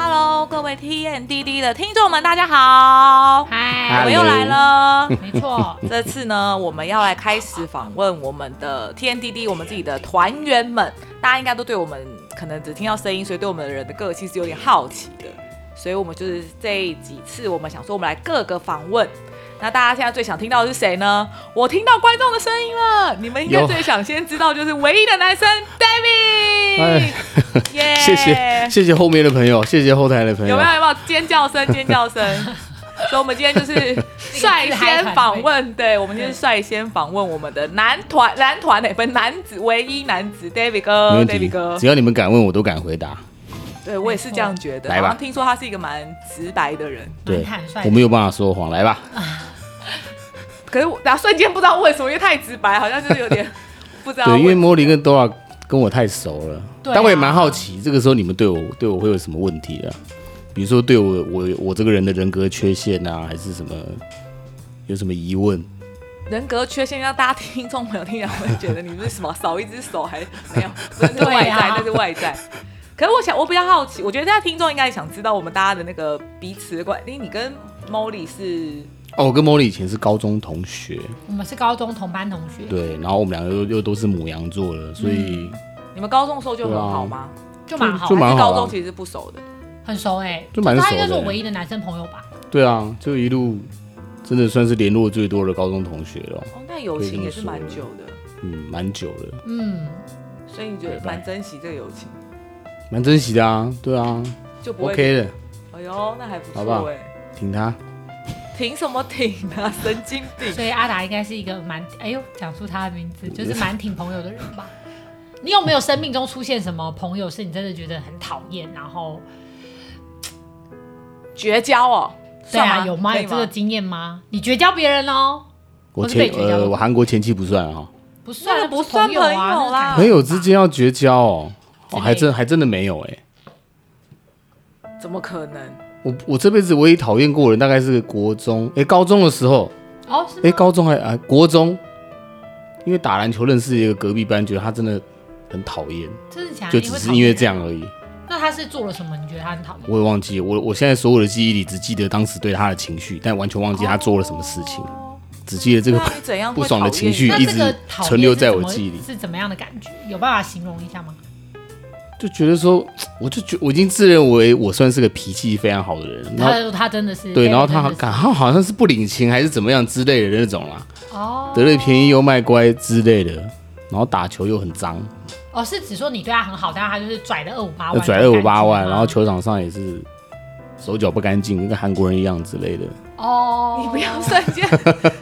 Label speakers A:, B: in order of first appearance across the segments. A: Hello，各位 TNDD 的听众们，大家好，哎我
B: 嗨，
A: 们又来了。
B: 没错，
A: 这次呢，我们要来开始访问我们的 TNDD，我们自己的团员们。大家应该都对我们可能只听到声音，所以对我们的人的个性是有点好奇的。所以我们就是这几次，我们想说我们来各个访问。那大家现在最想听到的是谁呢？我听到观众的声音了，你们应该
C: 有
A: 最想先知道就是唯一的男生 David，
C: 哎
A: 耶！
C: 谢谢谢谢后面的朋友，谢谢后台的朋
A: 有
C: 友
A: 没。有有没有尖叫 声？尖叫声！所以，我们今天就是率先访问，对，我们今天是率先访问我们的男团，男团哪分男子唯一男子 David
C: 没
A: 哥
C: 问
A: 哦，David
C: 题
A: 哥，
C: 只，要你们敢问，我都敢回答。
A: 对我也是这样觉得。
C: 来吧
A: 好像听说他是一个蛮直白的人，
C: 对
B: 蛮坦率，的
C: 我没有办法说谎，来吧。
A: 可是我然后瞬间不知道为什么，因为太直白，好像就是有点不知道
C: 对，因为
A: 问。
C: 莫莉跟 Dora 跟我太熟了，
B: 对啊
C: 但我也蛮好奇，这个时候你们对我对我会有什么问题啊？比如说对我我我这个人的人格缺陷啊，还是什么有什么疑问？
A: 人格缺陷，让大家听众朋友听讲会觉得你们是什么少一只手还没有，不是那是外在
B: 对啊，
A: 那是外在。可是我想，我比较好奇，我觉得大家听众应该也想知道我们大家的那个彼此的关，因为你跟 Molly 是
C: 哦，我跟莫莉以前是高中同学，
B: 我们是高中同班同学，
C: 对，然后我们两个又又都是母羊座的，所
A: 嗯
C: 以
A: 你们高中的时候就很好吗？
B: 就蛮好
C: 嗯就，蛮
A: 还是
C: 好
A: 啊高
C: 的啊
A: 中其实是不熟的。
B: 很熟哎，
C: 就蛮熟的
B: 他应该是我唯一的男生朋友吧？
C: 对啊，就一路真的算是联络最多的高中同学了，
A: 哦，那友情也是蛮久的，
C: 嗯，蛮久了，
B: 嗯，
A: 所以你觉得蛮珍惜这个友情，
C: 蛮珍惜的啊，对啊
A: 就不会。
C: ，OK 的，
A: 哎呦，那还不
C: 好不好
A: 错哎。
C: 挺他。
A: 挺什么挺啊，神经病！
B: 所以阿达应该是一个蛮，哎呦，讲出他的名字，就是蛮挺朋友的人吧？你有没有生命中出现什么朋友是你真的觉得很讨厌，然后
A: 绝交哦，
B: 对
A: 算
B: 啊，
A: 吗
B: 有吗？
A: 可以
B: 有这个经验吗？你绝交别人哦，
C: 我
B: 我是被
C: 前
B: 绝交
C: 呃，
B: 的
C: 我韩国前妻不算啊、
B: 不算
A: 那
B: 啊，
A: 个不
B: 那是朋友
A: 算朋友啦
B: 啊，那是感情吧
C: 朋友之间要绝交哦，
B: 之
C: 哦
B: 类的
C: 还真还真的没有哎、
A: 怎么可能？
C: 我我这辈子唯一讨厌过的人，大概是国中哎、高中的时候
B: 哦，是
C: 哎、
B: 吗
C: 高中还啊国中，因为打篮球认识一个隔壁班，觉得他真的很讨厌，
B: 真的假的？
C: 就
B: 你
C: 只
B: 会
C: 是因为这
B: 讨厌
C: 样而已。
B: 他，那他是做了什么？你觉得他很讨厌？
C: 我也忘记我我现在所有的记忆里只记得当时对他的情绪，但完全忘记他做了什么事情，
A: 哦
C: 只记得这个
A: 对啊你怎样会
C: 不爽的
A: 讨厌
C: 情绪
B: 那
C: 一
B: 这个
C: 直
B: 讨厌
C: 存留
B: 是
C: 在
B: 怎
C: 我
B: 么
C: 记忆里
B: 是怎么样的感觉？有办法形容一下吗？
C: 就觉得说，我就觉我已经自认为我算是个脾气非常好的人，然后
B: 他他真的是
C: 对，然后
B: David
C: 他好
B: 真的
C: 感他好像是不领情还是怎么样之类的那种啦，
B: 是哦
C: 得了便宜又卖乖之类的，然后打球又很脏，
B: 哦，是指说你对他很好，但是他就是拽的二五八
C: 又
B: 万，
C: 呃拽二五八万，然后
B: 求
C: 球场上也是手脚不干净，跟韩国人一样之类的。
B: 哦，
A: 你不要瞬 间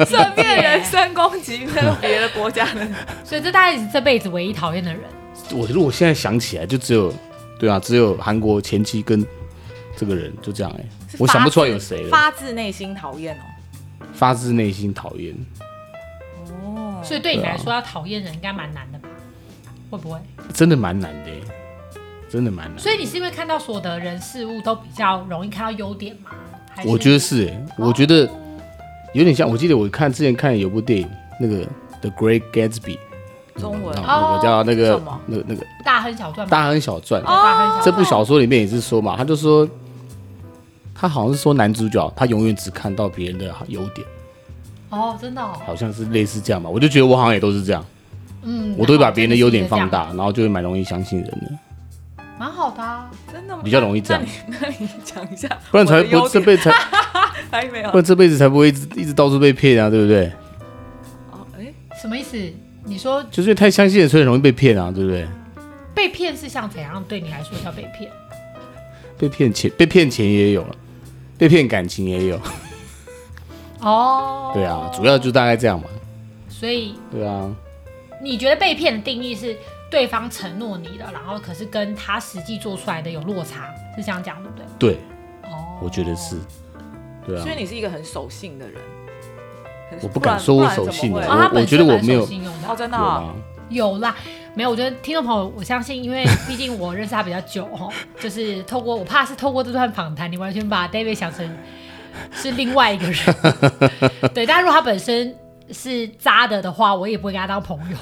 A: 顺 便人身攻击那个别的国家的，
B: 所以这大概是这辈子唯一讨厌的人。
C: 我如果现在想起来，就只有对啊，只有韩国前妻跟这个人就这样哎、
A: 是
C: 我想不出
A: 发
C: 来
A: 自
C: 有谁了，
A: 发自内心讨厌哦。
C: 发自内心讨厌。
A: 哦，
B: 所以对你来说，要讨厌人应该蛮难的吧？会不会？
C: 真的蛮难的、欸，真的蛮难。
B: 所以你是因为看到所有的人事物都比较容易看到优点吗？还
C: 我觉得是、欸，我觉得有点像。我记得我看之前看有部电影，那个《The Great Gatsby》，
A: 中文
D: 啊
C: 那
B: 哦哦
C: 个叫那
A: 什
C: 个
A: 么
C: 那个那个《
B: 大亨小传吧，
C: 大亨小传》
B: 大亨小
C: 这
B: 传
C: 部小说里面也是说嘛，他就说他好像是说男主角他永远只看到别人的优点，
B: 哦，真的哦，
C: 好像是类似这样吧。我就觉得我好像也都是这样，
B: 嗯，
C: 我都会把别人的优点
B: 然后
C: 放
B: 真的
C: 大，然后就会蛮容易相信人的，
B: 是一个这样，蛮好的啊。
A: 真的吗
C: 比较容易这样
A: 那那你那你讲一下，
C: 不然才
A: 我的优
C: 不
A: 点
C: 这辈才
A: 还没有
C: 不。然这辈子才不会一直一直到处被骗啊，对不对？
A: 哦，哎，
B: 什么意思？你说
C: 就是因为太相信人，所以很容易被骗啊，对不对？
B: 被骗是像怎样？对你来说叫被骗？
C: 被骗钱，被骗钱也有了，被骗感情也有。
B: 哦，
C: 对啊，主要就大概这样嘛。
B: 所以
C: 对啊，
B: 你觉得被骗的定义是对方承诺你的，然后可是跟他实际做出来的有落差，是这样讲对不对？
C: 对，
B: 哦，
C: 我觉得是，对啊
D: 所以，你是一个很守信的人。很
C: 我不敢说我守信
D: 不然不
B: 哦，
D: 然怎么会啊
B: 他
C: 我
B: 本
C: 觉得
B: 身
C: 我
B: 蛮
C: 没有
B: 守信用的
D: 哦，真的
C: 有啊
D: 哦、
C: 吗？
B: 有啦，没有？我觉得听众朋友，我相信，因为毕竟我认识他比较久哦，就是透过我怕是透过这段访谈，你完全把 David 想成是另外一个人。 对，但如果他本身是渣的的话，我也不会跟他当朋友，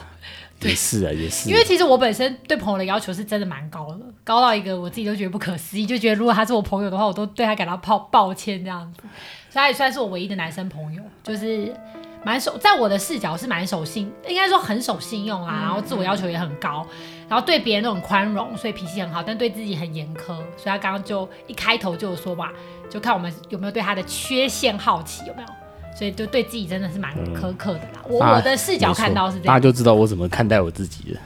C: 也是啊，也是，
B: 因为其实我本身对朋友的要求是真的蛮高的，高到一个我自己都觉得不可思议，就觉得如果他是我朋友的话，我都对他感到抱抱歉这样子。所以他也算是我唯一的男生朋友，就是蛮守，在我的视角是蛮守信，应该说很守信用
C: 嗯
B: 啦，然后自我要求也很高，然后对别人都很宽容，所以脾气很好，但对自己很严苛。所以他刚刚就一开头就有说吧，就看我们有没有对他的缺陷好奇，有没有？所以就对自己真的是蛮苛刻的啦。我
C: 嗯大家
B: 我的视角看到是这
C: 大家
B: 样，
C: 就知道我怎么看待我自己了。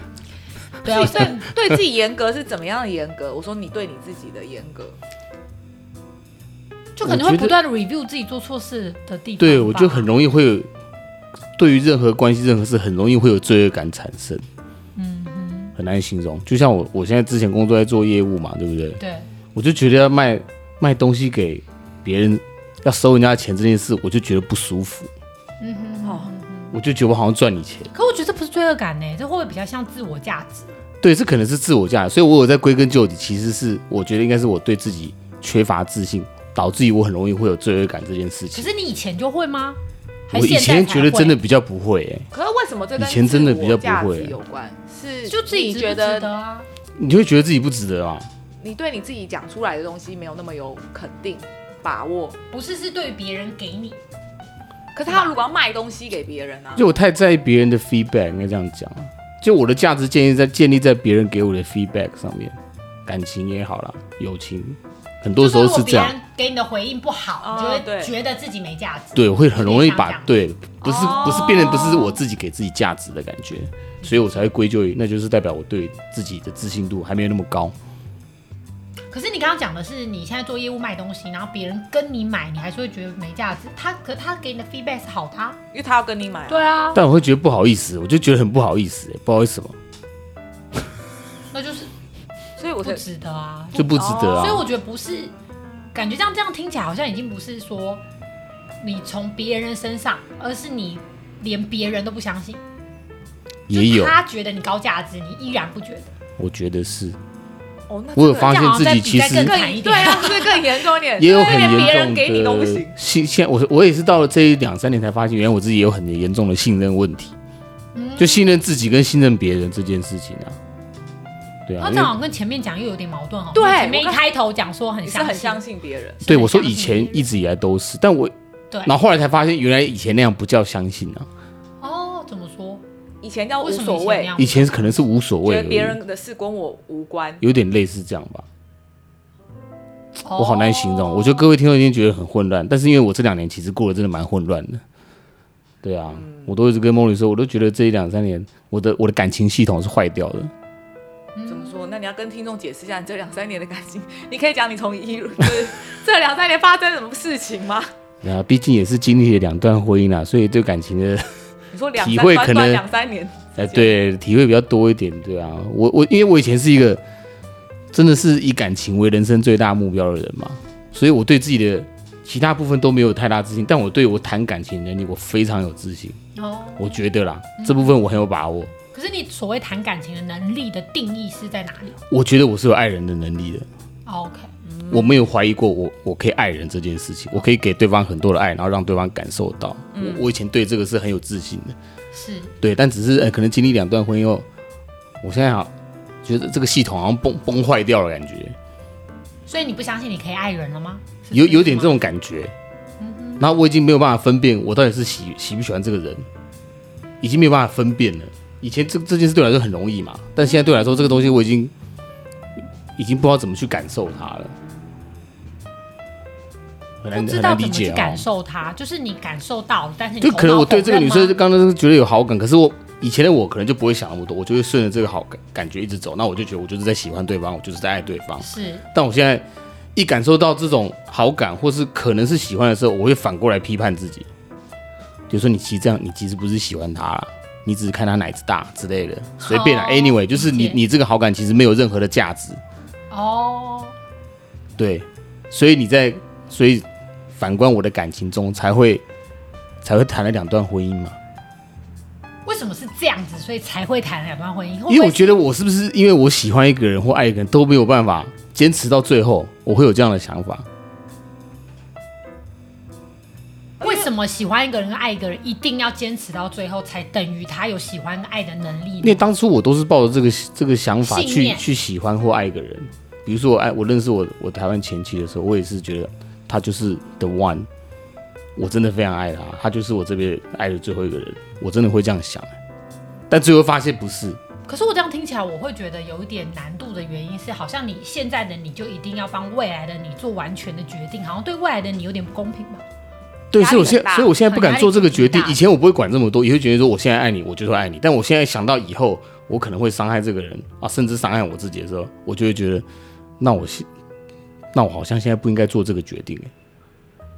B: 对啊，
D: 所
B: 所以
D: 以 对自己严格是怎么样的严格？我说你对你自己的严格，
B: 就可能
C: 我
B: 会
C: 觉得
B: 不断的 review 自己做错事的地方吧。
C: 对，我就很容易会有，对于任何关系、任何事，很容易会有罪恶感产生。嗯，很难形容。就像我，我现在之前工作在做业务嘛，对不对？
B: 对，
C: 我就觉得要卖卖东西给别人，要收人家钱这件事，我就觉得不舒服。
D: 哦，
C: 我就觉得我好像赚你钱，
B: 可我觉得这不是罪恶感呢、这会不会比较像自我价值？
C: 对，这可能是自我价值，所以我有在归根究底，其实是我觉得应该是我对自己缺乏自信，导致于我很容易会有罪恶感这件事
B: 可
C: 情。
B: 是你以前就会吗？还
C: 我
B: 是
C: 以
B: 现在
C: 前
B: 才
C: 觉得
B: 会
C: 真的比较不会、欸，
D: 可是为什么这跟
C: 以前真的比较
D: 自我价
C: 不会
D: 值有关？是
B: 就自己
D: 你
B: 值不
D: 觉
B: 值
D: 得
B: 得啊？
C: 你就会觉得自己不值得啊。
D: 你对你自己讲出来的东西没有那么有肯定把握。
B: 不是，是对于别人给你。
D: 可是他如果要卖东西给别人呢、啊？
C: 就我太在意别人的 feedback，应该这样讲。啊就我的价值建立在建立在别人给我的 feedback 上面，感情也好啦，友情，很多时候是这样
B: 就。如果别人给你的回应不好，
D: 哦
B: 你就
D: 对
B: 会觉得自己没价值。
C: 对，会很容易把
B: 想想
C: 对，不是
D: 哦
C: 不是变成不是我自己给自己价值的感觉，所以我才会归咎于，那就是代表我对自己的自信度还没有那么高。
B: 可是你刚刚讲的是你现在做业务卖东西，然后别人跟你买，你还是会觉得没价值。他可他给你的 feedback 是好的啊，
D: 因为他要跟你买、啊，
B: 对啊，
C: 但我会觉得不好意思，我就觉得很不好意思、不好意思嘛，
B: 那就是
D: 所以我
B: 不
D: 才
B: 值得啊。
C: 就不值得啊。
B: 所以我觉得不是，感觉这样这样听起来好像已经不是说你从别人身上，而是你连别人都不相信。就
C: 也有，
B: 他觉得你高价值，你依然不觉得。
C: 我觉得是，
D: 哦，那
C: 我有
D: 这个
C: 发现
B: 这样好
C: 自
B: 像
C: 己
B: 比
C: 其
B: 在
C: 实哎
B: 更
D: 更
B: 惨一点
D: 对 啊，这更严重一点，
C: 也有很
D: 对连别人
C: 严
D: 给你都
C: 重
D: 不
C: 的
D: 行。
C: 信。现在我我也是到了这一两三年才发现，原来我自己也有很严重的信任问题，
B: 嗯
C: 就信任自己跟信任别人这件事情啊。对啊，
B: 哦那
C: 因
B: 这
C: 为
B: 样好像跟前面讲又有点矛盾哈。哦
D: 对
B: 前面一
D: 我刚
B: 开头讲说很
D: 你是
B: 相
D: 很
B: 信
D: 相，信别人，
C: 对
B: 很
C: 我说
B: 相
C: 以
B: 信
C: 前
B: 别人
C: 一直以来都是，但我
B: 对
C: 然后后来才发现，原来以前那样不叫相信啊，
B: 哦，怎么说？
D: 以前叫无
B: 为什么以
D: 所
B: 前那
D: 谓，
B: 样？
C: 以前可能是无所
D: 嗯觉
C: 谓
D: 得别
C: 而已，
D: 人的事跟我无关。
C: 有点类似这样吧。
B: 哦
C: 我好难形容，我觉得各位听众一定觉得很混乱，但是因为我这两年其实过得真的蛮混乱的。对啊，
D: 嗯
C: 我都一直跟梦里说，我都觉得这一两三年，我的我的感情系统是坏掉的。
D: 怎么说？那你要跟听众解释一下你这两三年的感情， 你可以讲你从一就是这两三年发生什么事情吗？
C: 对啊，毕竟也是经历了两段婚姻啦，所以对感情的
D: 你说两
C: 体
D: 三
C: 会
D: 短
C: 可
D: 短
C: 能
D: 两三年，
C: 哎，对，体会比较多一点，对啊，我我因为我以前是一个真的是以感情为人生最大目标的人嘛，所以我对自己的其他部分都没有太大自信，但我对我谈感情的能力我非常有自信，
B: 哦。
C: 我觉得啦，这部分我很有把握，
B: 可是你所谓谈感情的能力的定义是在哪里
C: 我觉得我是有爱人的能力的，
B: 哦？OK，
C: 我没有怀疑过我我可以爱人这件事情，我可以给对方很多的爱，然后让对方感受到，我我以前对这个是很有自信的，
B: 是
C: 对，但只是呃可能经历两段婚姻后，我现在好觉得这个系统好像崩崩坏掉了感觉。
B: 所以你不相信你可以爱人了吗？是嗯
C: 有
B: 意思
C: 有点这
B: 吗，
C: 种感觉。然后我已经没有办法分辨我到底是喜喜不喜欢这个人，已经没有办法分辨了。以前这这件事对我来说很容易嘛，但现在对我来说这个东西我已经已经不知道怎么去感受它了，很难
B: 不知
C: 很
B: 道
C: 难
B: 怎
C: 理
B: 么去
C: 解啊、
B: 感受它，就是你感受到，但是你
C: 就
B: 头
C: 可能
B: 脑
C: 我对
B: 否
C: 这个
B: 认
C: 女
B: 吗
C: 生刚刚觉得有好感，可是我以前的我可能就不会想那么多，我就会顺着这个好感感觉一直走，那我就觉得我就是在喜欢对方，我就是在爱对方。
B: 是
C: 但我现在一感受到这种好感或是可能是喜欢的时候，我会反过来批判自己，就说你其实这样，你其实不是喜欢他啦，你只是看他奶子大之类的，随便啦。
B: 哦
C: anyway，就是你
B: 理解
C: 你这个好感其实没有任何的价值，
B: 哦，
C: 对，所以你在，所以反观我的感情中才会才会谈了两段婚姻嘛，
B: 为什么是这样子，所以才会谈两段婚姻？会不会
C: 因为我觉得我是不是因为我喜欢一个人或爱一个人都没有办法坚持到最后，我会有这样的想法。
B: 为什么喜欢一个人跟爱一个人一定要坚持到最后，才等于他有喜欢跟爱的能力
C: 因为当初我都是抱着这个这个想法
B: 信
C: 去
B: 念
C: 去喜欢或爱一个人。比如说哎我爱我认识我我台湾前妻的时候，我也是觉得她就是 the one，我真的非常爱她，她就是我这边爱的最后一个人，我真的会这样想。但最后发现不是，
B: 可是我这样听起来，我会觉得有一点难度的原因是，好像你现在的你就一定要帮未来的你做完全的决定，好像对未来的你有点不公平吧？
C: 对，
A: 压力
C: 所
A: 很
C: 以我现在
A: 大
C: 所以我现在不敢做这个决
B: 很
C: 定
B: 压力很。大
C: 以前我不会管这么多，也会觉得说我现在爱你，我就是会爱你。但我现在想到以后我可能会伤害这个人啊，甚至伤害我自己的时候，我就会觉得，那我现那我好像现在不应该做这个决定。欸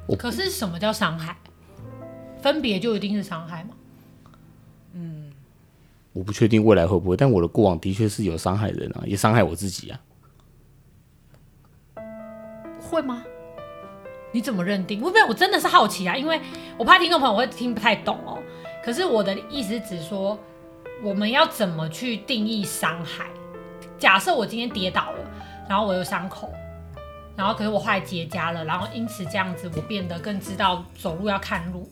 C: 我
B: 可是什么叫伤害？分别就一定是伤害吗？
C: 我不确定未来会不会，但我的过往的确是有伤害人啊，也伤害我自己啊。
B: 会吗？你怎么认定？我没有，我真的是好奇啊，因为我怕听众朋友会听不太懂哦。可是我的意思是指说，我们要怎么去定义伤害？假设我今天跌倒了，然后我有伤口，然后可是我后来结痂了，然后因此这样子我变得更知道走路要看路。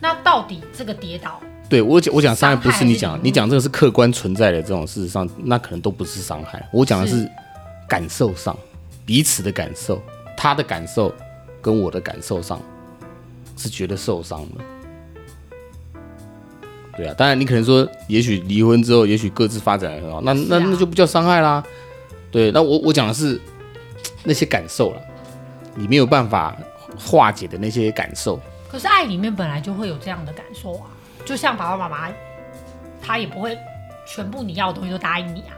B: 那到底这个跌倒
C: 对我讲，我讲伤害
B: 伤害
C: 不是你讲
B: 是，
C: 你讲这个是客观存在的这种，事实上那可能都不是伤害。我讲的是
B: 是
C: 感受上，彼此的感受，他的感受跟我的感受上是觉得受伤的。对啊，当然你可能说，也许离婚之后，也许各自发展的很好，那那
B: 是啊
C: 那就不叫伤害啦。对，那我我讲的是那些感受了，你没有办法化解的那些感受。
B: 可是爱里面本来就会有这样的感受啊，就像爸爸妈妈，他也不会全部你要的东西都答应你啊。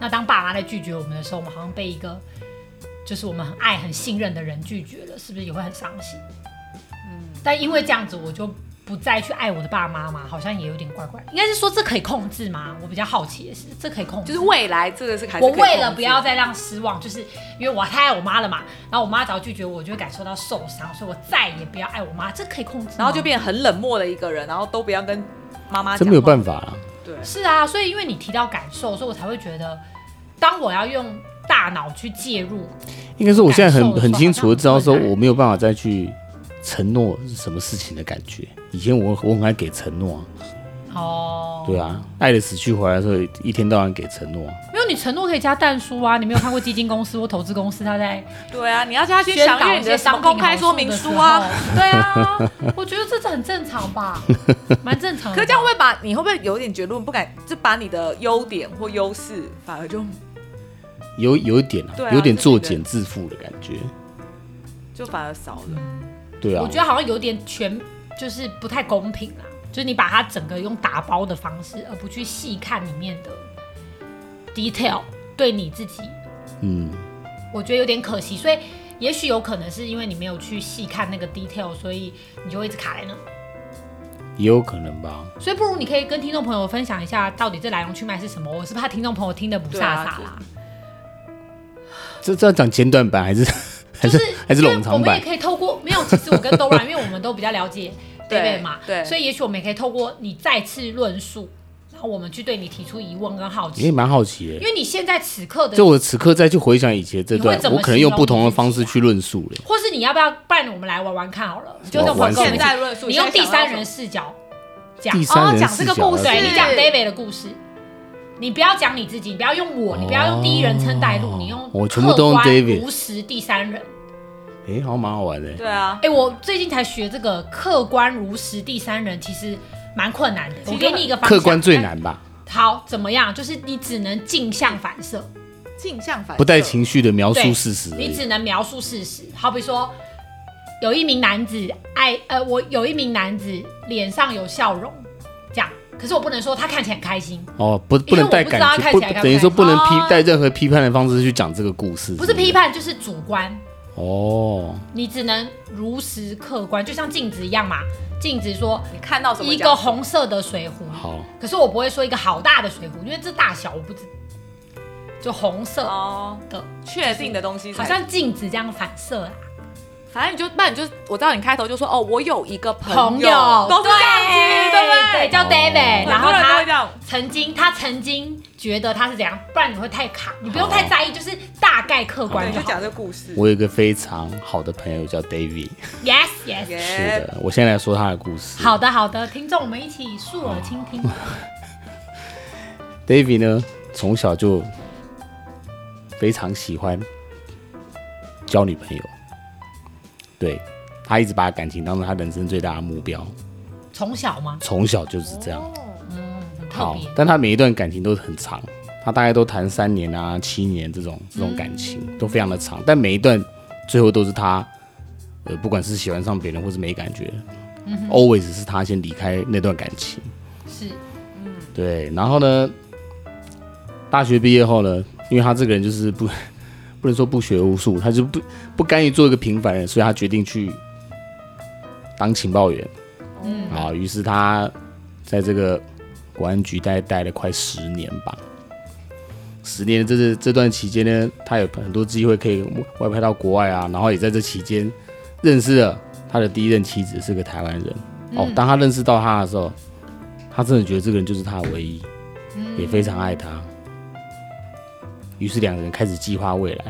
B: 那当爸妈在拒绝我们的时候，我们好像被一个就是我们很爱、很信任的人拒绝了，是不是也会很伤心？嗯，但因为这样子，我就不再去爱我的爸妈嘛，好像也有点怪怪。应该是说这可以控制吗？我比较好奇的是，这可以控制
A: 就
B: 吗，
A: 是未来这个是还是
B: 我
A: 可以控制
B: 为了不要再让失望，就是因为我太爱我妈了嘛，然后我妈只要拒绝我，我就会感受到受伤，所以我再也不要爱我妈，这可以控制吗。
A: 然后就变得很冷漠的一个人，然后都不要跟妈啊妈讲话，
C: 真嗯没有办法啦。
A: 对，
B: 是啊，所以因为你提到感受，所以我才会觉得，当我要用大脑去介入，
C: 应该是我现在
B: 感
C: 很
B: 受的
C: 很
B: 时候
C: 清楚的知道，
B: 好像
C: 说
B: 很难
C: 我没有办法再去承诺是什么事情的感觉。以前我我很爱给承诺啊，
B: 哦，
C: 对啊，爱的死去活来的时候，一天到晚给承诺啊。
B: 没有你承诺可以加蛋书啊，你没有看过基金公司或投资公司，他在
A: 对啊，你要叫他去
B: 宣
A: 详
B: 导
A: 阅
B: 一
A: 你
B: 些
A: 的什么
B: 商
A: 公
B: 品
A: 开说明
B: 好处的
A: 书啊
B: 时，
A: 对啊。
B: 候，我觉得这是很正常 吧，蛮正常的吧。
A: 可是这样会不会把你会不会有点觉得不敢，就把你的优点或优势反而就
C: 有有一点
A: 对
C: 啊，
A: 啊
C: 有点
A: 就
C: 作
A: 是
C: 茧自缚的感觉，
A: 就反而少了？
C: 对啊
B: 我，觉得好像有点全就是不太公平啊，就是你把它整个用打包的方式，而不去细看里面的 detail，对你自己，
C: 嗯，
B: 我觉得有点可惜。所以也许有可能是因为你没有去细看那个 detail，所以你就会一直卡在那。
C: 也有可能吧。
B: 所以不如你可以跟听众朋友分享一下，到底这来龙去脉是什么？我是怕听众朋友听得不飒飒
A: 对啊
B: 啦，
C: 这这样讲简短版 还是还
B: 就是是
C: 还是
B: 因为
C: 冗
B: 我
C: 长
B: 们也
C: 版？
B: 可以透过没有，其实我跟 Dora，因为我们都比较 了解
A: 对
B: David 嘛，
A: 对
B: 所以也许我们也可以透过你再次论述，然后我们去对你提出疑问跟好
C: 你
B: 奇，
C: 也蛮好奇
B: 因
C: 的，
B: 为你现在此刻的
C: 就，我此刻再去回想以前这
B: 你
C: 段
B: 会怎，么
C: 我可能用不同的
B: 形容
C: 方
B: 你自己
C: 式去论述了。
B: 或是你要不要，不然我们来玩玩看好了，你就
C: 我
B: 跟我
C: 玩
B: 们
C: 什么
A: 现在论述，
B: 你用
A: 现
B: 第
A: 在想到
B: 三人视角讲
C: 第，三人
A: 讲
C: 视
A: 这个
C: 角
A: 故
C: 要
A: 事
C: 怎么
B: 对你讲
A: 是
B: David 的故事。你不要讲你自己，你不要用我，你不要用第一人称带入，你用
C: 哦我全部都用
B: 客观
C: David
B: 无实第三人。
C: 诶，好像蛮好玩的。
A: 什么对啊，
B: 哎、我最近才学这个客观如实第三人，其实蛮困难的。
A: 其实
B: 我给你一个方向，
C: 客观最难吧，
B: 但。好，怎么样？就是你只能镜像反射，
A: 镜像反射
C: 不带情绪的描述
B: 对
C: 事实而
B: 你
C: 已。
B: 只能描述事实。好比说，有一名男子爱呃，我有一名男子脸上有笑容，这样。可是我不能说他看起来很开心，
C: 哦，不不能带
B: 因
C: 感
B: 为我不知道
C: 情，
B: 看
C: 不
B: 起来该不该
C: 等于说不能批
A: 哦
C: 带任何批判的方式去讲这个故事，
B: 不是
C: 对对
B: 批判就是主观，
C: 哦，
B: 你只能如实客观，就像镜子一样嘛。镜子说
A: 你看到什么
B: 一
A: 讲哦
B: 个红色的水壶，
C: 好，
B: 可是我不会说一个好大的水壶，因为这大小我不知，就就红色
A: 哦，
B: 的，
A: 确定的东西才，
B: 好像镜子这样反射啊啦。
A: 反正你就，那你就，我知道你开头就说哦，我有一个朋
B: 朋
A: 友，
B: 友
A: 都是这样
B: 对
A: 子，对不对？
B: 叫
C: 哦
B: David，、然后
A: 很多人都
B: 他
A: 会这样
B: 曾经他曾经觉得他是怎样，不然你会太卡，你不用太在意，就是大概客观
A: 对，
B: 就
A: 就
B: 好。
A: 讲这个故事。
C: 我有一个非常好的朋友叫 David，
B: Yes Yes，
A: 耶
C: 是的，我现在来说他的故事。
B: 好的好的，听众我们一起竖耳倾听。
C: ，David 呢从小就非常喜欢交女朋友，对他一直把感情当成他人生最大的目标，
B: 从小吗？
C: 从小就是这样。
B: 嗯，很特
C: 好
B: 别，。
C: 但他每一段感情都很长，他大概都谈三年啊、七年这种这种感情、
B: 嗯
C: 都非常的长，但每一段最后都是他，呃，不管是喜欢上别人或是没感觉、a l w a y s 是他先离开那段感情。
B: 嗯是嗯
C: 对，然后呢，大学毕业后呢，因为他这个人就是不 不能说不学无术，他就不不甘于做一个平凡人，所以他决定去当情报员。嗯，啊，于是他在这个国安局待待了快十年吧。十年这这这段期间呢，他有很多机会可以外派到国外啊，然后也在这期间认识了他的第一任妻子是个台湾人。哦，当他认识到他的时候，他真的觉得这个人就是他的唯一，也非常爱他。于是两个人开始计划未来，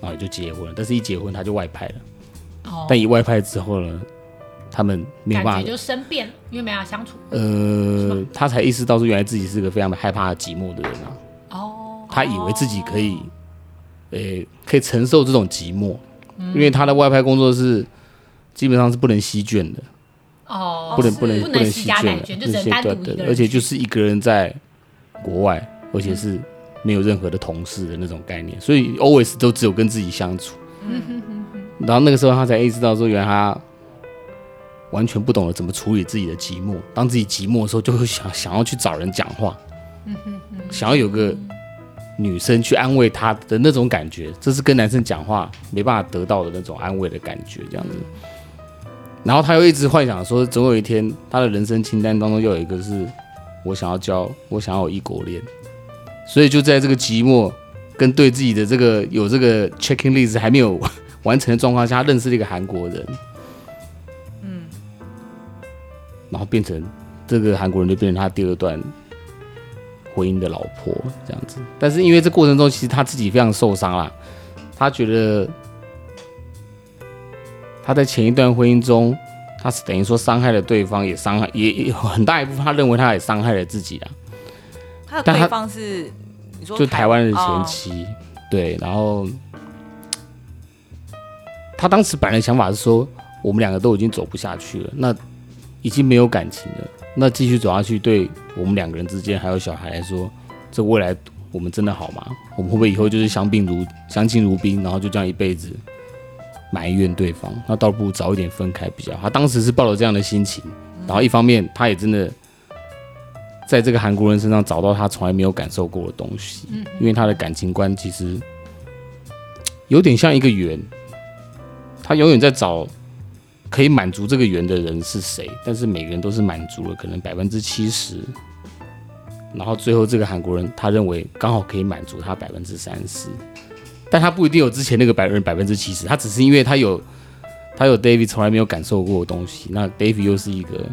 C: 然后也就结婚了。但是一结婚他就外派了，
B: 哦，
C: 但一外派之后呢，他们没有
B: 感
C: 办
B: 觉
C: 法，
B: 就生变，因为没法相处。
C: 呃，他才意识到说原来自己是个非常的害怕寂寞的人啊。
B: 哦，
C: 他以为自己可以，呃、可以承受这种寂寞，因为他的外派工作是基本上是不能席卷的，
B: 哦，
C: 不能
B: 是
C: 不能
B: 不
C: 能
B: 吸
C: 席
B: 加
C: 卷
B: 奶
C: 的，
B: 卷，就
C: 那
B: 只能
C: 些
B: 单独
C: 对
B: 一个
C: 对，
B: 人。
C: 而且就是一个人在国外，而且是没有任何的同事的那种概念，所以 always 都只有跟自己相处。
B: 嗯
C: 然后那个时候他才意识到说，原来他完全不懂得怎么处理自己的寂寞。当自己寂寞的时候，就会想想要去找人讲话，
B: 嗯
C: 想要有个女生去安慰他的那种感觉，这是跟男生讲话没办法得到的那种安慰的感觉，这样子。然后他又一直幻想说，总有一天他的人生清单当中又有一个是我想要交，我想要有异国恋。所以就在这个寂寞跟对自己的这个有这个 checking list 还没有完成的状况下，他认识了一个韩国人，嗯，然后变成这个韩国人就变成他第二段婚姻的老婆这样子。但是因为这过程中，其实他自己非常受伤啦，他觉得他在前一段婚姻中，他是等于说伤害了对方，也伤害也也很大一部分，他认为他也伤害了自己啊。
A: 他的
C: 但他
A: 对方是你说
C: 就台湾的前
A: 哦
C: 妻，对，然后他当时本来的想法是说，我们两个都已经走不下去了，那已经没有感情了，那继续走下去，对我们两个人之间还有小孩来说，这未来我们真的好吗？我们会不会以后就是相病如相敬如宾，然后就这样一辈子埋怨对方？那倒不如早一点分开比较好。他当时是抱着这样的心情，然后一方面他也真的在这个韩国人身上找到他从来没有感受过的东西，因为他的感情观其实有点像一个圆，他永远在找可以满足这个圆的人是谁，但是每个人都是满足了可能百分之七十，然后最后这个韩国人他认为刚好可以满足他百分之三十，但他不一定有之前那个百分百分之七十，他只是因为他有他有 David 从来没有感受过的东西，那 David 又是一个。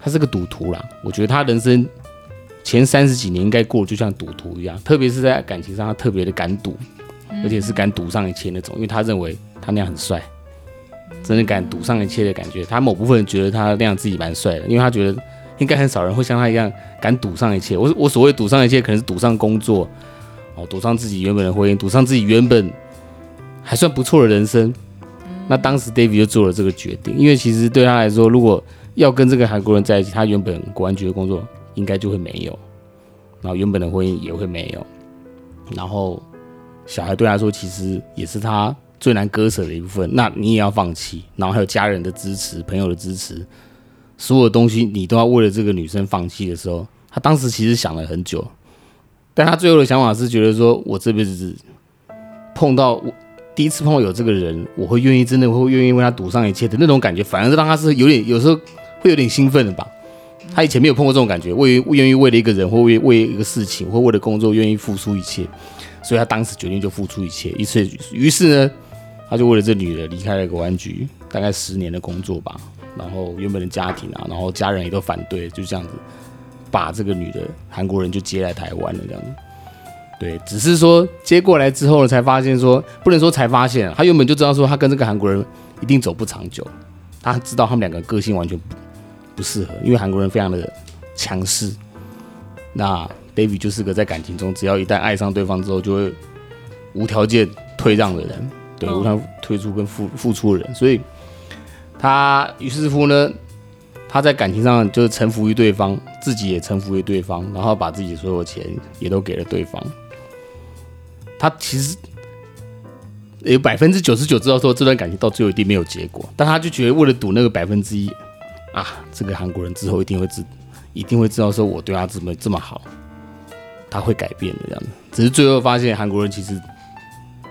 C: 他是个赌徒啦。我觉得他人生前三十几年应该过得就像赌徒一样，特别是在感情上，他特别的敢赌，而且是敢赌上一切那种，因为他认为他那样很帅，真的敢赌上一切的感觉。他某部分觉得他那样自己蛮帅的，因为他觉得应该很少人会像他一样敢赌上一切。我我所谓赌上一切，可能是赌上工作，哦，赌上自己原本的婚姻，赌上自己原本还算不错的人生。那当时 David 就做了这个决定，因为其实对他来说，如果要跟这个韩国人在一起，他原本国安局的工作应该就会没有，然后原本的婚姻也会没有，然后小孩对他来说其实也是他最难割舍的一部分，那你也要放弃，然后还有家人的支持、朋友的支持，所有东西你都要为了这个女生放弃的时候，他当时其实想了很久，但他最后的想法是觉得说，我这辈子碰到我。第一次碰到有这个人，我会愿意真的会愿意为他赌上一切的那种感觉，反而是让他是有点有时候会有点兴奋的吧。他以前没有碰过这种感觉，为愿意为了一个人，或为为一个事情，或为了工作，愿意付出一切，所以他当时决定就付出一切，一切。于是呢，他就为了这女的离开了国安局，大概十年的工作吧，然后原本的家庭啊，然后家人也都反对，就这样子把这个女的韩国人就接来台湾了，这样子。对，只是说接过来之后呢，才发现说不能说才发现、啊，他原本就知道说他跟这个韩国人一定走不长久，他知道他们两个个性完全不不适合，因为韩国人非常的强势。那 David 就是个在感情中，只要一旦爱上对方之后，就会无条件退让的人，对，无条件退出跟付付出的人，所以他于是乎呢，他在感情上就是臣服于对方，自己也臣服于对方，然后把自己所有钱也都给了对方。他其实有百分之九十九知道说这段感情到最后一定没有结果，但他就觉得为了赌那个百分之一啊，这个韩国人之后一定会知，一定会知道说我对他这么这么好，他会改变的这样子。只是最后发现韩国人其实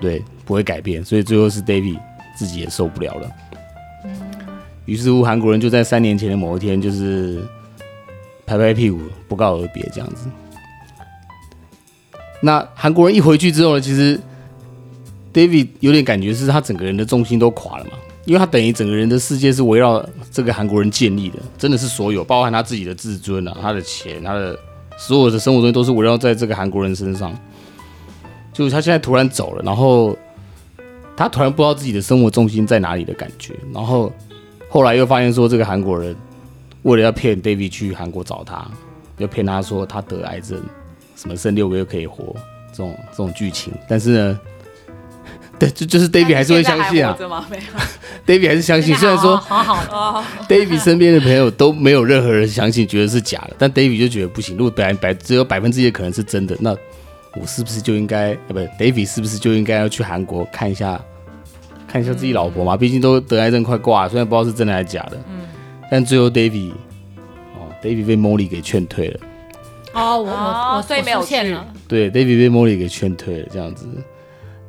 C: 对不会改变，所以最后是 David 自己也受不了了。于是乎，韩国人就在三年前的某一天，就是拍拍屁股，不告而别这样子。那韩国人一回去之后呢，其实 David 有点感觉是他整个人的重心都垮了嘛，因为他等于整个人的世界是围绕这个韩国人建立的，真的是所有，包含他自己的自尊啊、他的钱、他的所有的生活东西都是围绕在这个韩国人身上。就是他现在突然走了，然后他突然不知道自己的生活重心在哪里的感觉，然后后来又发现说这个韩国人为了要骗 David 去韩国找他，就骗他说他得癌症，什么剩六个月可以活这种这种剧情，但是呢， 对，就就是 David 还是会相信啊
A: 活着吗？没有
C: ，David 还是相信，虽然说
B: 好好好，
A: 哦，
C: David 身边的朋友都没有任何人相信，觉得是假的，但 David 就觉得不行，如果百百只有百分之一的可能是真的，那我是不是就应该，呃，不，David 是不是就应该要去韩国看一下，看一下自己老婆嘛？毕竟都得癌症快挂了，虽然不知道是真的还是假的，但最后 David，哦，David 被 Molly 给劝退了。
B: 哦，我我
A: 哦
B: 我
A: 所以没有
B: 我出现
A: 去
B: 了，
C: 对，David 被 Molly 给劝退了，这样子。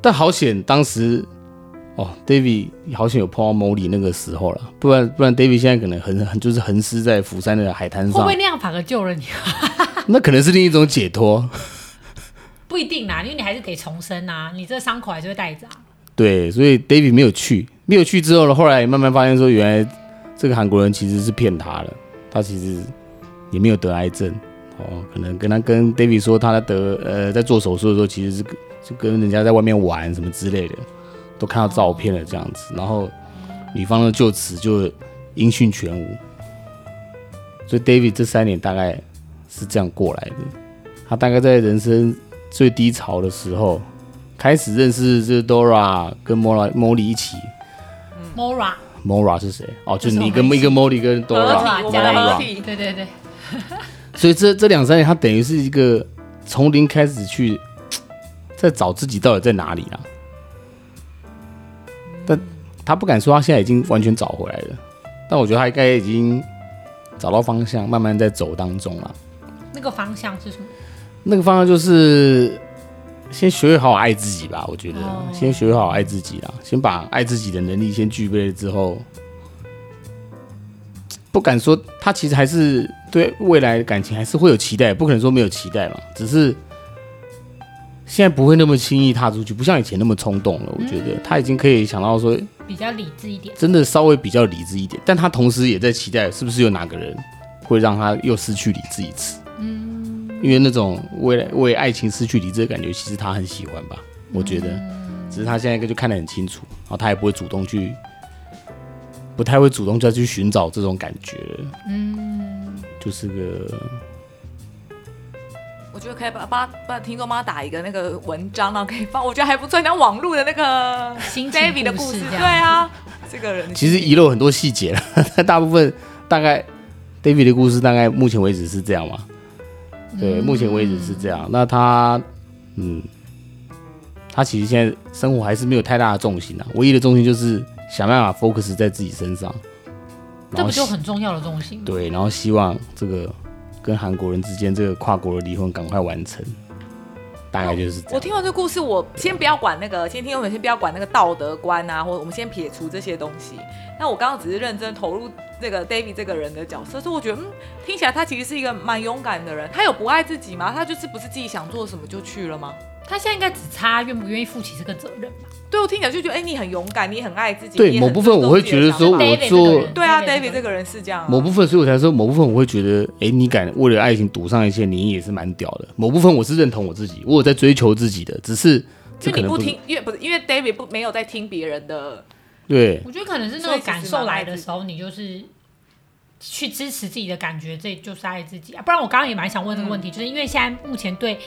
C: 但好险，当时哦，David 好险有碰到 Molly 那个时候了，不然不然 David 现在可能很很就是横尸在釜山的海滩
B: 会不
C: 上
B: 会，那样反而救了你？
C: 那可能是另一种解脱。
B: 不一定啦，因为你还是得重生啊，你这伤口还是会带着啊。
C: 对，所以 David 没有去，没有去之后呢，后来慢慢发现说，原来这个韩国人其实是骗他的，他其实也没有得癌症哦，可能跟他跟 David 说他得呃在做手术的时候，其实是跟就跟人家在外面玩什么之类的，都看到照片了这样子，然后女方呢就此就音讯全无，所以 David 这三年大概是这样过来的，他大概在人生最低潮的时候。开始认识这 Dora 跟 Mora Molly 一起
A: 嗯
B: Mora，
C: ，Mora 是谁？哦，
B: 就是
C: 就
B: 是我
C: 你
B: 们
C: 跟
B: 一
C: 一
B: 起
C: 个 Molly 跟
A: 合
C: Dora
A: 体，
B: Dora
A: 我
B: 加
A: 们
B: 了
A: 合
C: Dora，
A: 体，
B: 对对对，
C: 所以这这两三年他等于是一个从零开始去在找自己到底在哪里啊。但他不敢说他现在已经完全找回来了，但我觉得他应该已经找到方向，慢慢在走当中了。
B: 那个方向是什么？
C: 那个方向就是先学会好好爱自己吧，我觉得、
B: 哦
C: 先学会好好爱自己啦，先把爱自己的能力先具备了之后，不敢说他其实还是对未来的感情还是会有期待，不可能说没有期待嘛，只是现在不会那么轻易踏出去，不像以前那么冲动了。我觉得他已经可以想到说，
B: 比较理智一点，
C: 真的稍微比较理智一点，但他同时也在期待是不是有哪个人会让他又失去理智一次。嗯，因为那种为了为爱情失去理智的感觉，其实他很喜欢吧，我觉得。只是他现在就看得很清楚，然后他也不会主动去，不太会主动再去寻找这种感觉。嗯，就是个
A: 我觉得可以帮帮帮听众帮他打一个那个文章，然后可以放，我觉得还不错，像网络的那 个
B: 心情
A: David 的
B: 故
A: 故
B: 事
A: 事，
B: 这
A: 对
B: 样
A: 啊，这个人
C: 其实遗漏很多细节了，但 大部分大概 David 的故事大概目前为止是这样嘛？对，
B: 嗯
C: 目前为止是这样。那他，嗯，他其实现在生活还是没有太大的重心啊，唯一的重心就是想办法 focus 在自己身上，
B: 这
C: 然后
B: 不就
C: 希
B: 很重要的东西吗？
C: 对，然后希望这个跟韩国人之间这个跨国的离婚赶快完成，大概
B: 哦
C: 就是这
A: 我
C: 样。
A: 听完这故事，我先不要管那个，先听我们先不要管那个道德观啊，或我们先撇除这些东西。那我刚刚只是认真投入这个 David 这个人的角色，所以我觉得，嗯，听起来他其实是一个蛮勇敢的人。他有不爱自己吗？他就是不是自己想做什么就去了吗？
B: 他现在应该只差愿不愿意负起这个责任吧？对
A: 对我听起来就觉得，哎、你很勇敢，你很爱自己。你
C: 对
A: 也
C: 某
A: 很
C: 部分，
A: 尊重
C: 我会
A: 自己
C: 觉
A: 的
C: 得
A: 想
C: 说，
A: 法
C: 我
B: David 这
C: 做
B: 个人
A: 对啊
B: David
A: ，David 这个人是这样、啊。
C: 某部分，所以我才说某部分我会觉得，哎，你敢为了爱情赌上一切，你也是蛮屌的。某部分我是认同我自己，我有在追求自己的，只是这
A: 就
C: 可
A: 你
C: 能
A: 不
C: 是
A: 听，因为不是因为 David 不没有在听别人的，
C: 对
B: 我觉得可能是那
A: 所以
B: 个
A: 其实
B: 感受来的时候，你就是去支持自己的感觉，这就是爱自己啊。不然我刚刚也蛮想问这个
A: 嗯
B: 问题，就是因为现在目前对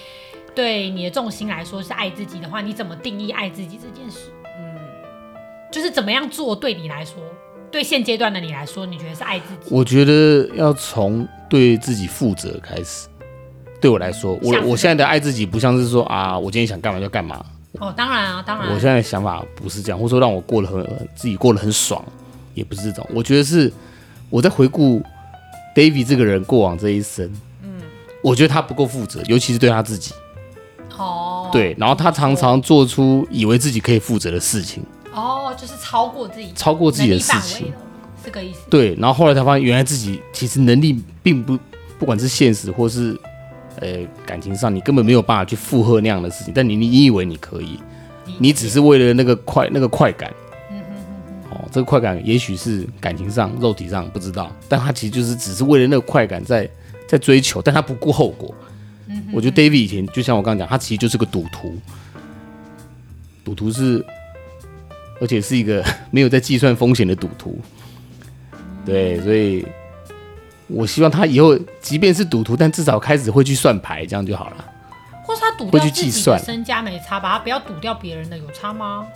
B: 对你的重心来说是爱自己的话，你怎么定义爱自己这件事？
A: 嗯
B: 就是怎么样做对你来说，对现阶段的你来说，你觉得是爱自己？
C: 我觉得要从对自己负责开始。对我来说，我
B: 像是
C: 我现在的爱自己不像是说啊，我今天想干嘛就干嘛。
B: 哦，当然啊，
A: 嗯
B: 当然啊、
C: 我现在的想法不是这样，或者说让我过得很自己过得很爽，也不是这种。我觉得是我在回顾 David 这个人过往这一生，嗯，我觉得他不够负责，尤其是对他自己。
B: 哦，
C: 对，然后他常常做出以为自己可以负责的事情，
B: 哦，就是超过自己
C: 超过自己的事
B: 能力
C: 情。
B: 范围了，是个意思。
C: 对，然后后来才发现，原来自己其实能力并不，不管是现实或是呃感情上，你根本没有办法去负荷那样的事情。但你你以为你可以，你只是为了那个快那个快感。哦，这个快感也许是感情上、肉体上不知道，但他其实就是只是为了那个快感在在追求，但他不顾后果。我觉得 David 以前就像我刚刚讲，他其实就是个赌徒，赌徒是，而且是一个 没有在计算风险的赌徒。对，所以我希望他以后即便是赌徒，但至少开始会去算牌，这样就好了。
B: 或是他赌掉
C: 会去
B: 自
C: 计
B: 己的
C: 算
B: 身家没差吧，他不要赌掉别人的，有差吗？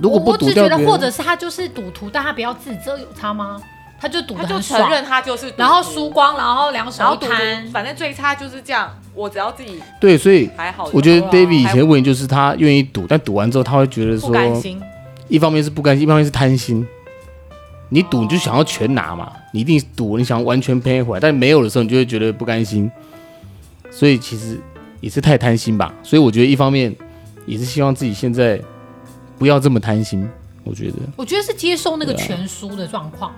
C: 如果
B: 我
C: 不
B: 我
C: 赌
B: 只
C: 掉
B: 觉
C: 别
B: 得，
C: 人，
B: 或者是他就是赌徒，但他不要自责，有差吗？他就赌
A: 他
B: 的
A: 就
B: 很
A: 承
B: 爽，
A: 认他就是，
B: 然后输，光，然后两
A: 然后
B: 手
A: 赌
B: 一
A: 徒
B: 摊，，
A: 反正最差就是这样。我只要自己
C: 对，所以
A: 还好就好了，
C: 我觉得
B: 好啊
C: David 以前的问题就是他愿意赌，但赌完之后他会觉得
A: 不
C: 说，
A: 甘心。
C: 一方面是不甘心，一方面是贪心。你赌你就想要全拿嘛，你一定赌你想要完全赔回来，但没有的时候你就会觉得不甘心，所以其实也是太贪心吧。所以我觉得一方面也是希望自己现在不要这么贪心，我觉得。
B: 我觉得是接受那个
C: 对啊嗯
B: 全输的状况，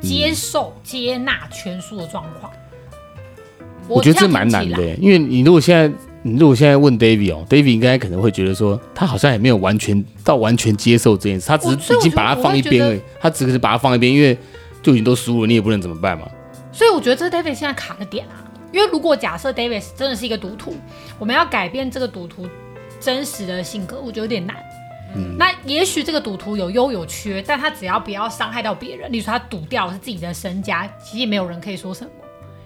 B: 接受、接纳全输的状况。
C: 我觉得这蛮难
B: 这样听
C: 的
B: 起来，
C: 欸，因为你如果现在，你如果现在问 David 哦，David 应该可能会觉得说，他好像也没有完全到完全接受这件事，他只
B: 我
C: 是
B: 所以
C: 已
B: 我
C: 经
B: 就
C: 把它
B: 我
C: 放
B: 会
C: 一
B: 觉
C: 边
B: 得
C: 而已，他只是把它放一边，因为就已经都输了，你也不能怎么办嘛。
B: 所以我觉得这是 David 现在卡的点啊，因为如果假设 David 真的是一个赌徒，我们要改变这个赌徒真实的性格，我觉得有点难。那也许这个赌徒有优有缺，但他只要不要伤害到别人，例如说他赌掉是自己的身家，其实也没有人可以说什么。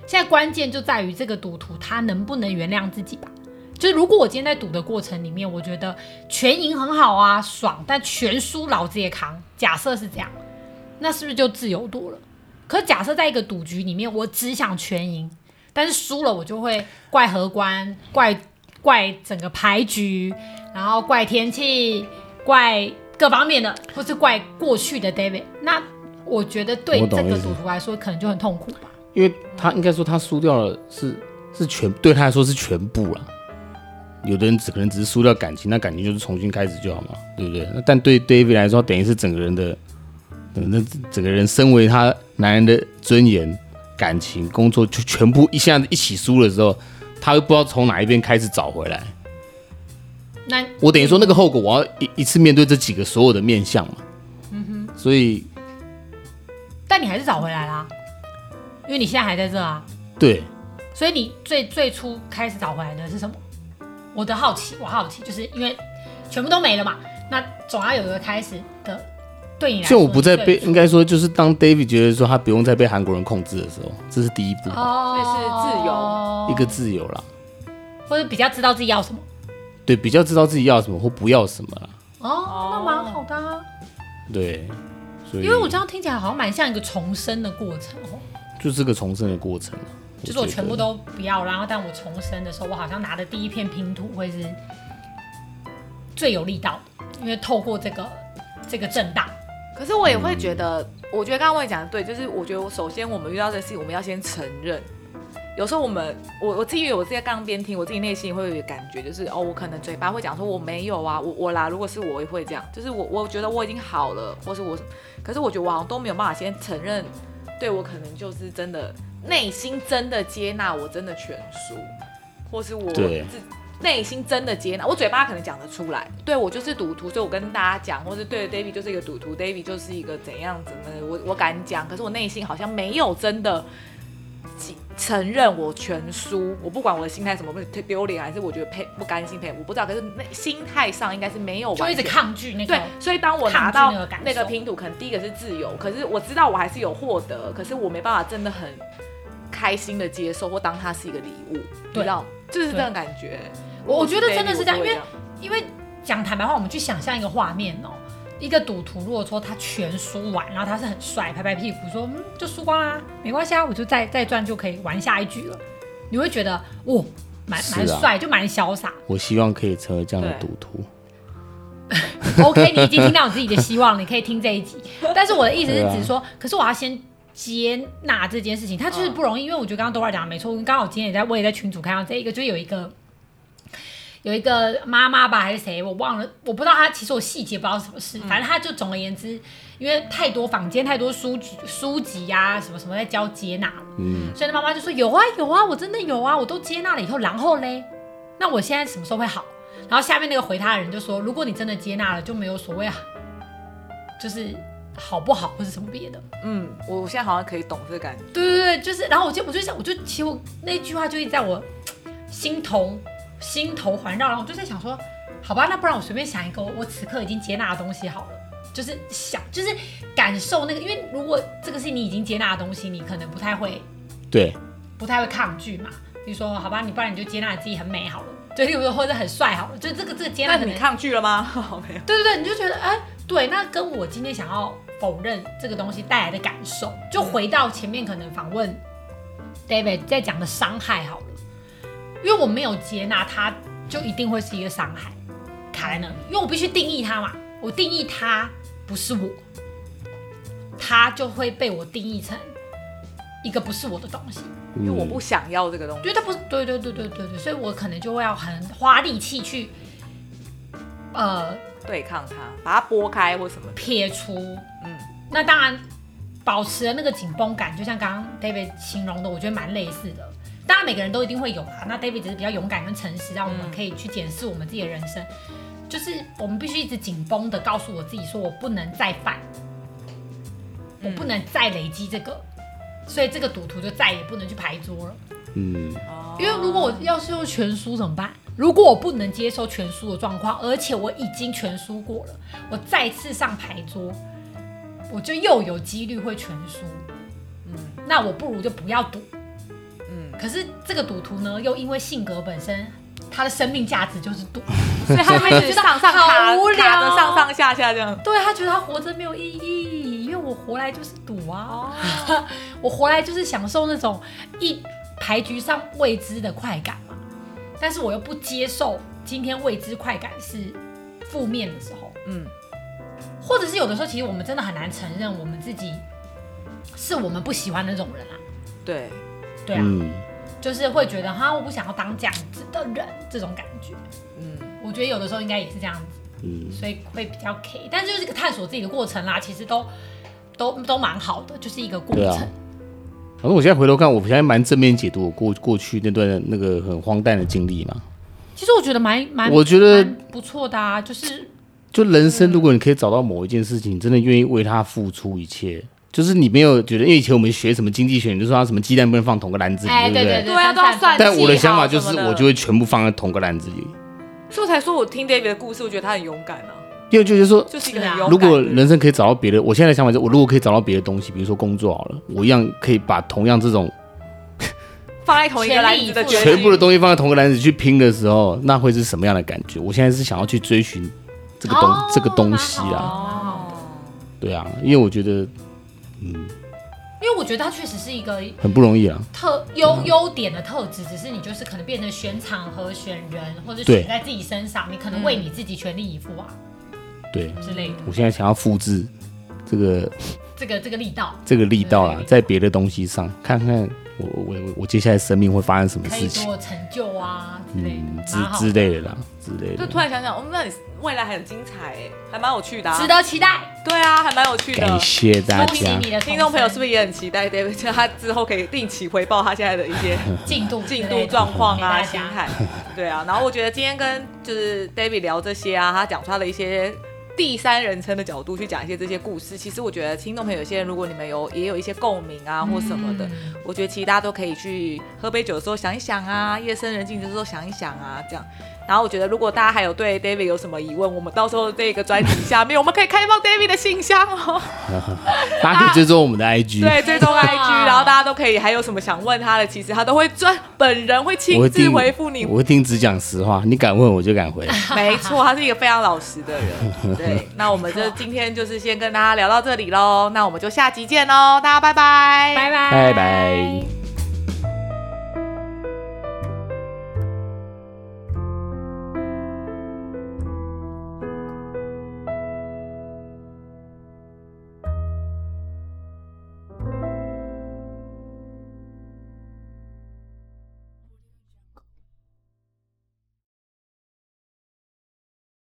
B: 现在关键就在于这个赌徒他能不能原谅自己吧。就是如果我今天在赌的过程里面，我觉得全赢很好啊，爽，但全输老子也扛。假设是这样，那是不是就自由多了？可假设在一个赌局里面，我只想全赢，但是输了我就会怪荷官，怪怪整个牌局，然后怪天气，怪各方面的，或是怪过去的 David。那我觉得对
C: 我
B: 这
C: 懂
B: 个
C: 意思
B: 赌徒来说，可能就很痛苦吧。
C: 因为他应该说他输掉了是是全对他来说是全部啦。有的人只可能只是输掉感情，那感情就是重新开始就好嘛，对不对？那但对 David 来说，等于是整个人的，整个整个人身为他男人的尊严、感情、工作，就全部一下子一起输的时候，他又不知道从哪一边开始找回来。
B: 那
C: 我等于说那个后果，我要一一次面对这几个所有的面相嘛。嗯哼。所以
B: 但你还是找回来啦，因为你现在还在这啊。
C: 对，
B: 所以你最最初开始找回来的是什么？我的好奇，我好奇，就是因为全部都没了嘛，那总要有一个开始的。对你来
C: 就
B: 说，
C: 我不再
B: 对
C: 被，应该说就是当 David 觉得说他不用再被韩国人控制的时候，这是第一步，
B: 哦，
C: 一个自由啦，
B: 或者比较知道自己要什么。
C: 对，比较知道自己要什么或不要什么啦，
B: 哦，那蛮好的啊，
C: 对，所以
B: 因为我这样听起来好像蛮像一个重生的过程哦，
C: 就是个重生的过程啊，
B: 就是我
C: 觉得
B: 全部都不要，然后但我重生的时候，我好像拿的第一片拼图会是最有力道的，因为透过这个这个震荡，
A: 可是我也
C: 嗯
A: 会觉得，我觉得刚刚我也讲的对，就是我觉得我首先我们遇到这个事情，我们要先承认，有时候我们，我我自己我自己在刚边听，我自己内心会有一个感觉，就是哦，我可能嘴巴会讲说我没有啊，我我啦，如果是我也会这样，就是我我觉得我已经好了，或是我，可是我觉得我好像都没有办法先承认，对我可能就是真的内心真的接纳我真的全输，或是我
C: 对
A: 自内心真的接纳，我嘴巴可能讲得出来，对我就是赌徒，所以我跟大家讲，或是对 David 就是一个赌徒，David 就是一个怎样怎么，我我敢讲，可是我内心好像没有真的承认我全输，我不管我的心态什么，不是丢脸还是我觉得配不甘心配，我不知道，可是那心态上应该是没有完
B: 就一
A: 全
B: 直抗拒那个
A: 对，所以当我拿到
B: 抗拒那个感受
A: 那个拼图，可能第一个是自由，可是我知道我还是有获得，可是我没办法真的很开心的接受或当它是一个礼物，你
B: 对
A: 知道吗，就是这
B: 对
A: 种感觉。
B: 我我觉得
A: 是
B: 真的是
A: David，
B: 这样
A: 我就会
B: 因为因为讲坦白话，我们去想象一个画面哦、一个赌徒如果说他全输完，然后他是很帅，拍拍屁股说，嗯，就输光啦、没关系啊，我就再再赚就可以玩下一局了。你会觉得，哦，蛮蛮
C: 是啊
B: 帅，就蛮潇洒。
C: 我希望可以成为这样的赌
A: 对
C: 徒。
B: OK，你已经听到你自己的希望了，你可以听这一集。但是我的意思是指说，可是我要先接纳这件事情，它就是不容易，因为我觉得刚刚多尔讲的没错，刚好我今天也在我也在群组看到这一个，就有一个。有一个妈妈吧，还是谁，我忘了，我不知道她。其实我细节不知道什么事，反正她就总而言之，因为太多坊间太多书籍书籍呀、什么什么在教接纳了，
C: 嗯，
B: 所以那妈妈就说有啊有啊，我真的有啊，我都接纳了以后，然后嘞，那我现在什么时候会好？然后下面那个回他的人就说，如果你真的接纳了，就没有所谓啊，就是好不好或是什么别的。
A: 嗯，我我现在好像可以懂这个感觉。
B: 对对对，就是，然后我就我就想，我就其实我那句话就一直在我心头心头环绕，然后我就在想说，好吧，那不然我随便想一个我我此刻已经接纳的东西好了。就是想，就是感受那个，因为如果这个是你已经接纳的东西，你可能不太会
C: 对，
B: 不太会抗拒嘛。比如说，好吧，你不然你就接纳你自己很美好了，对，例如说或者很帅好了，就这个这个接纳
A: 那
B: 可
A: 你
B: 能，
A: 抗拒了吗？ 好没有。
B: 对对对，你就觉得哎、对，那跟我今天想要否认这个东西带来的感受，就回到前面可能访问 David 在讲的伤害好了，因为我没有接纳它，就一定会是一个伤害卡在那里，因为我必须定义它嘛，我定义它不是我，它就会被我定义成一个不是我的东西。
C: 因
A: 因为我不想要这个东西，
B: 觉得不是，对对对对对对，所以我可能就会要很花力气去，呃，
A: 对抗它，把它拨开或什么的。
B: 撇除
A: 嗯，
B: 那当然，保持了那个紧绷感，就像刚刚 David 形容的，我觉得蛮类似的。当然，每个人都一定会有啦。那 David 只是比较勇敢跟诚实，让我们
A: 嗯
B: 可以去检视我们自己的人生。就是我们必须一直紧绷的告诉我自己，说我不能再犯，我
A: 嗯
B: 不能再累积这个，所以这个赌徒就再也不能去牌桌了。
C: 嗯，
A: 哦
B: 因为如果我要是用全输怎么办？如果我不能接受全输的状况，而且我已经全输过了，我再次上牌桌，我就又有几率会全输。
A: 嗯
B: 那我不如就不要赌。
A: 嗯，
B: 可是这个赌徒呢，又因为性格本身，他的生命价值就是 赌，
A: 所以他开
B: 觉
A: 始
B: 得
A: 上上卡
B: 好无聊
A: 卡着上上下下这样。
B: 对他觉得他活着没有意义，因为我活来就是赌
A: 哦
B: 啊， 我活来就是享受那种一牌局上未知的快感嘛。但是我又不接受今天未知快感是负面的时候，
A: 嗯，
B: 或者是有的时候，其实我们真的很难承认我们自己是我们不喜欢的那种人啊。
A: 对，
B: 对啊，
C: 嗯，
B: 就是会觉得哈，我不想要当这样子的人，这种感觉。
A: 嗯。
B: 我觉得有的时候应该也是这样子，
C: 嗯，
B: 所以会比较 K，但就是一个探索自己的过程啦，其实都都都蛮好的，就是一个过
C: 对啊
B: 程。。
C: 反正我现在回头看，我现在蛮正面解读我过过去那段那个很荒诞的经历嘛。
B: 其实我觉得蛮蛮，
C: 我觉得
B: 蛮不错的啊，就是
C: 就人
B: 嗯
C: 生，如果你可以找到某一件事情，你真的愿意为它付出一切，就是你没有觉得，因为以前我们学什么经济学，你就说它什么鸡蛋不能放同个篮子里，
B: 哎，
C: 不
B: 对对，
A: 对啊都要
B: 分散
A: 算
B: 分散
C: 但我的想法就
A: 记号
C: 是，
A: 什么的
C: 我就会全部放在同个篮子里，
A: 所以我才说我听 David 的故事，我觉得他很勇敢啊，
C: 因为就是说，
A: 就是一啊个很勇敢的人。
C: 如果人生可以找到别的，我现在的想法是我如果可以找到别的东西，比如说工作好了，我一样可以把同样这种
A: 放在同一个篮子的
B: 全
A: 决
B: 力以
C: 全
B: 赴
C: 部的东西放在同个篮子去拼的时候，那会是什么样的感觉？我现在是想要去追寻这个东、
B: 哦
C: 这个东西
B: 蛮
C: 啊，
A: 哦，
B: 好
C: 对啊，因为我觉得
B: 因为我觉得它确实是一个
C: 很不容易啊，
B: 特优优点的特质，只是你就是可能变成选场合、选人，或者
C: 对
B: 选在自己身上，你可能为你自己全力以赴啊
C: 对
B: 之类的，
C: 我现在想要复制这个
B: 这个这个力道。
C: 这个力道啊
B: 对，
C: 在别的东西上看看我我我我接下来生命会发生什么
B: 可
C: 事
B: 以
C: 情，
B: 做成就啊之类
C: 嗯
B: 的，
C: 之
B: 蛮好
C: 之类的啦，之类
A: 就
C: 的。
A: 突然想想，哦，那你未来很精彩哎，还蛮有趣的、啊，
B: 值，得期待。
A: 对啊，还蛮有趣的
C: 感。谢大
B: 恭喜
C: 家，
B: 你的
A: 听众朋友是不
B: 是
A: 是也很期待 David？就他之后可以定期回报他现在的一些
B: 进度之类
A: 进
B: 的
A: 度状况啊、
B: 给
A: 心
B: 大家
A: 态， 对啊。然后我觉得今天跟就是 David 聊这些啊，他讲出他的一些第三人称的角度去讲一些这些故事。其实我觉得听众朋友，有些人如果你们有也有一些共鸣啊或什么的，我觉得其实大家都可以去喝杯酒的时候想一想啊，夜深人静的时候想一想啊，这样。然后我觉得，如果大家还有对 David 有什么疑问，我们到时候这个专辑下面，我 们可以开放 David 的信箱哦。
C: 大家可以追踪我们的 IG，
A: 对，追踪
B: 没错
A: IG，然后大家都可以，还有什么想问他的，其实他都会专本人会
C: 我
A: 亲
C: 会
A: 自
C: 听
A: 回复你。
C: 我会听只讲实话，你敢问我就敢回。
A: 没错，他是一个非常老实的人。对，那我们就今天就是哦先跟大家聊到这里喽，那我们就下集见喽，大家拜拜，
B: 拜拜
C: 拜拜。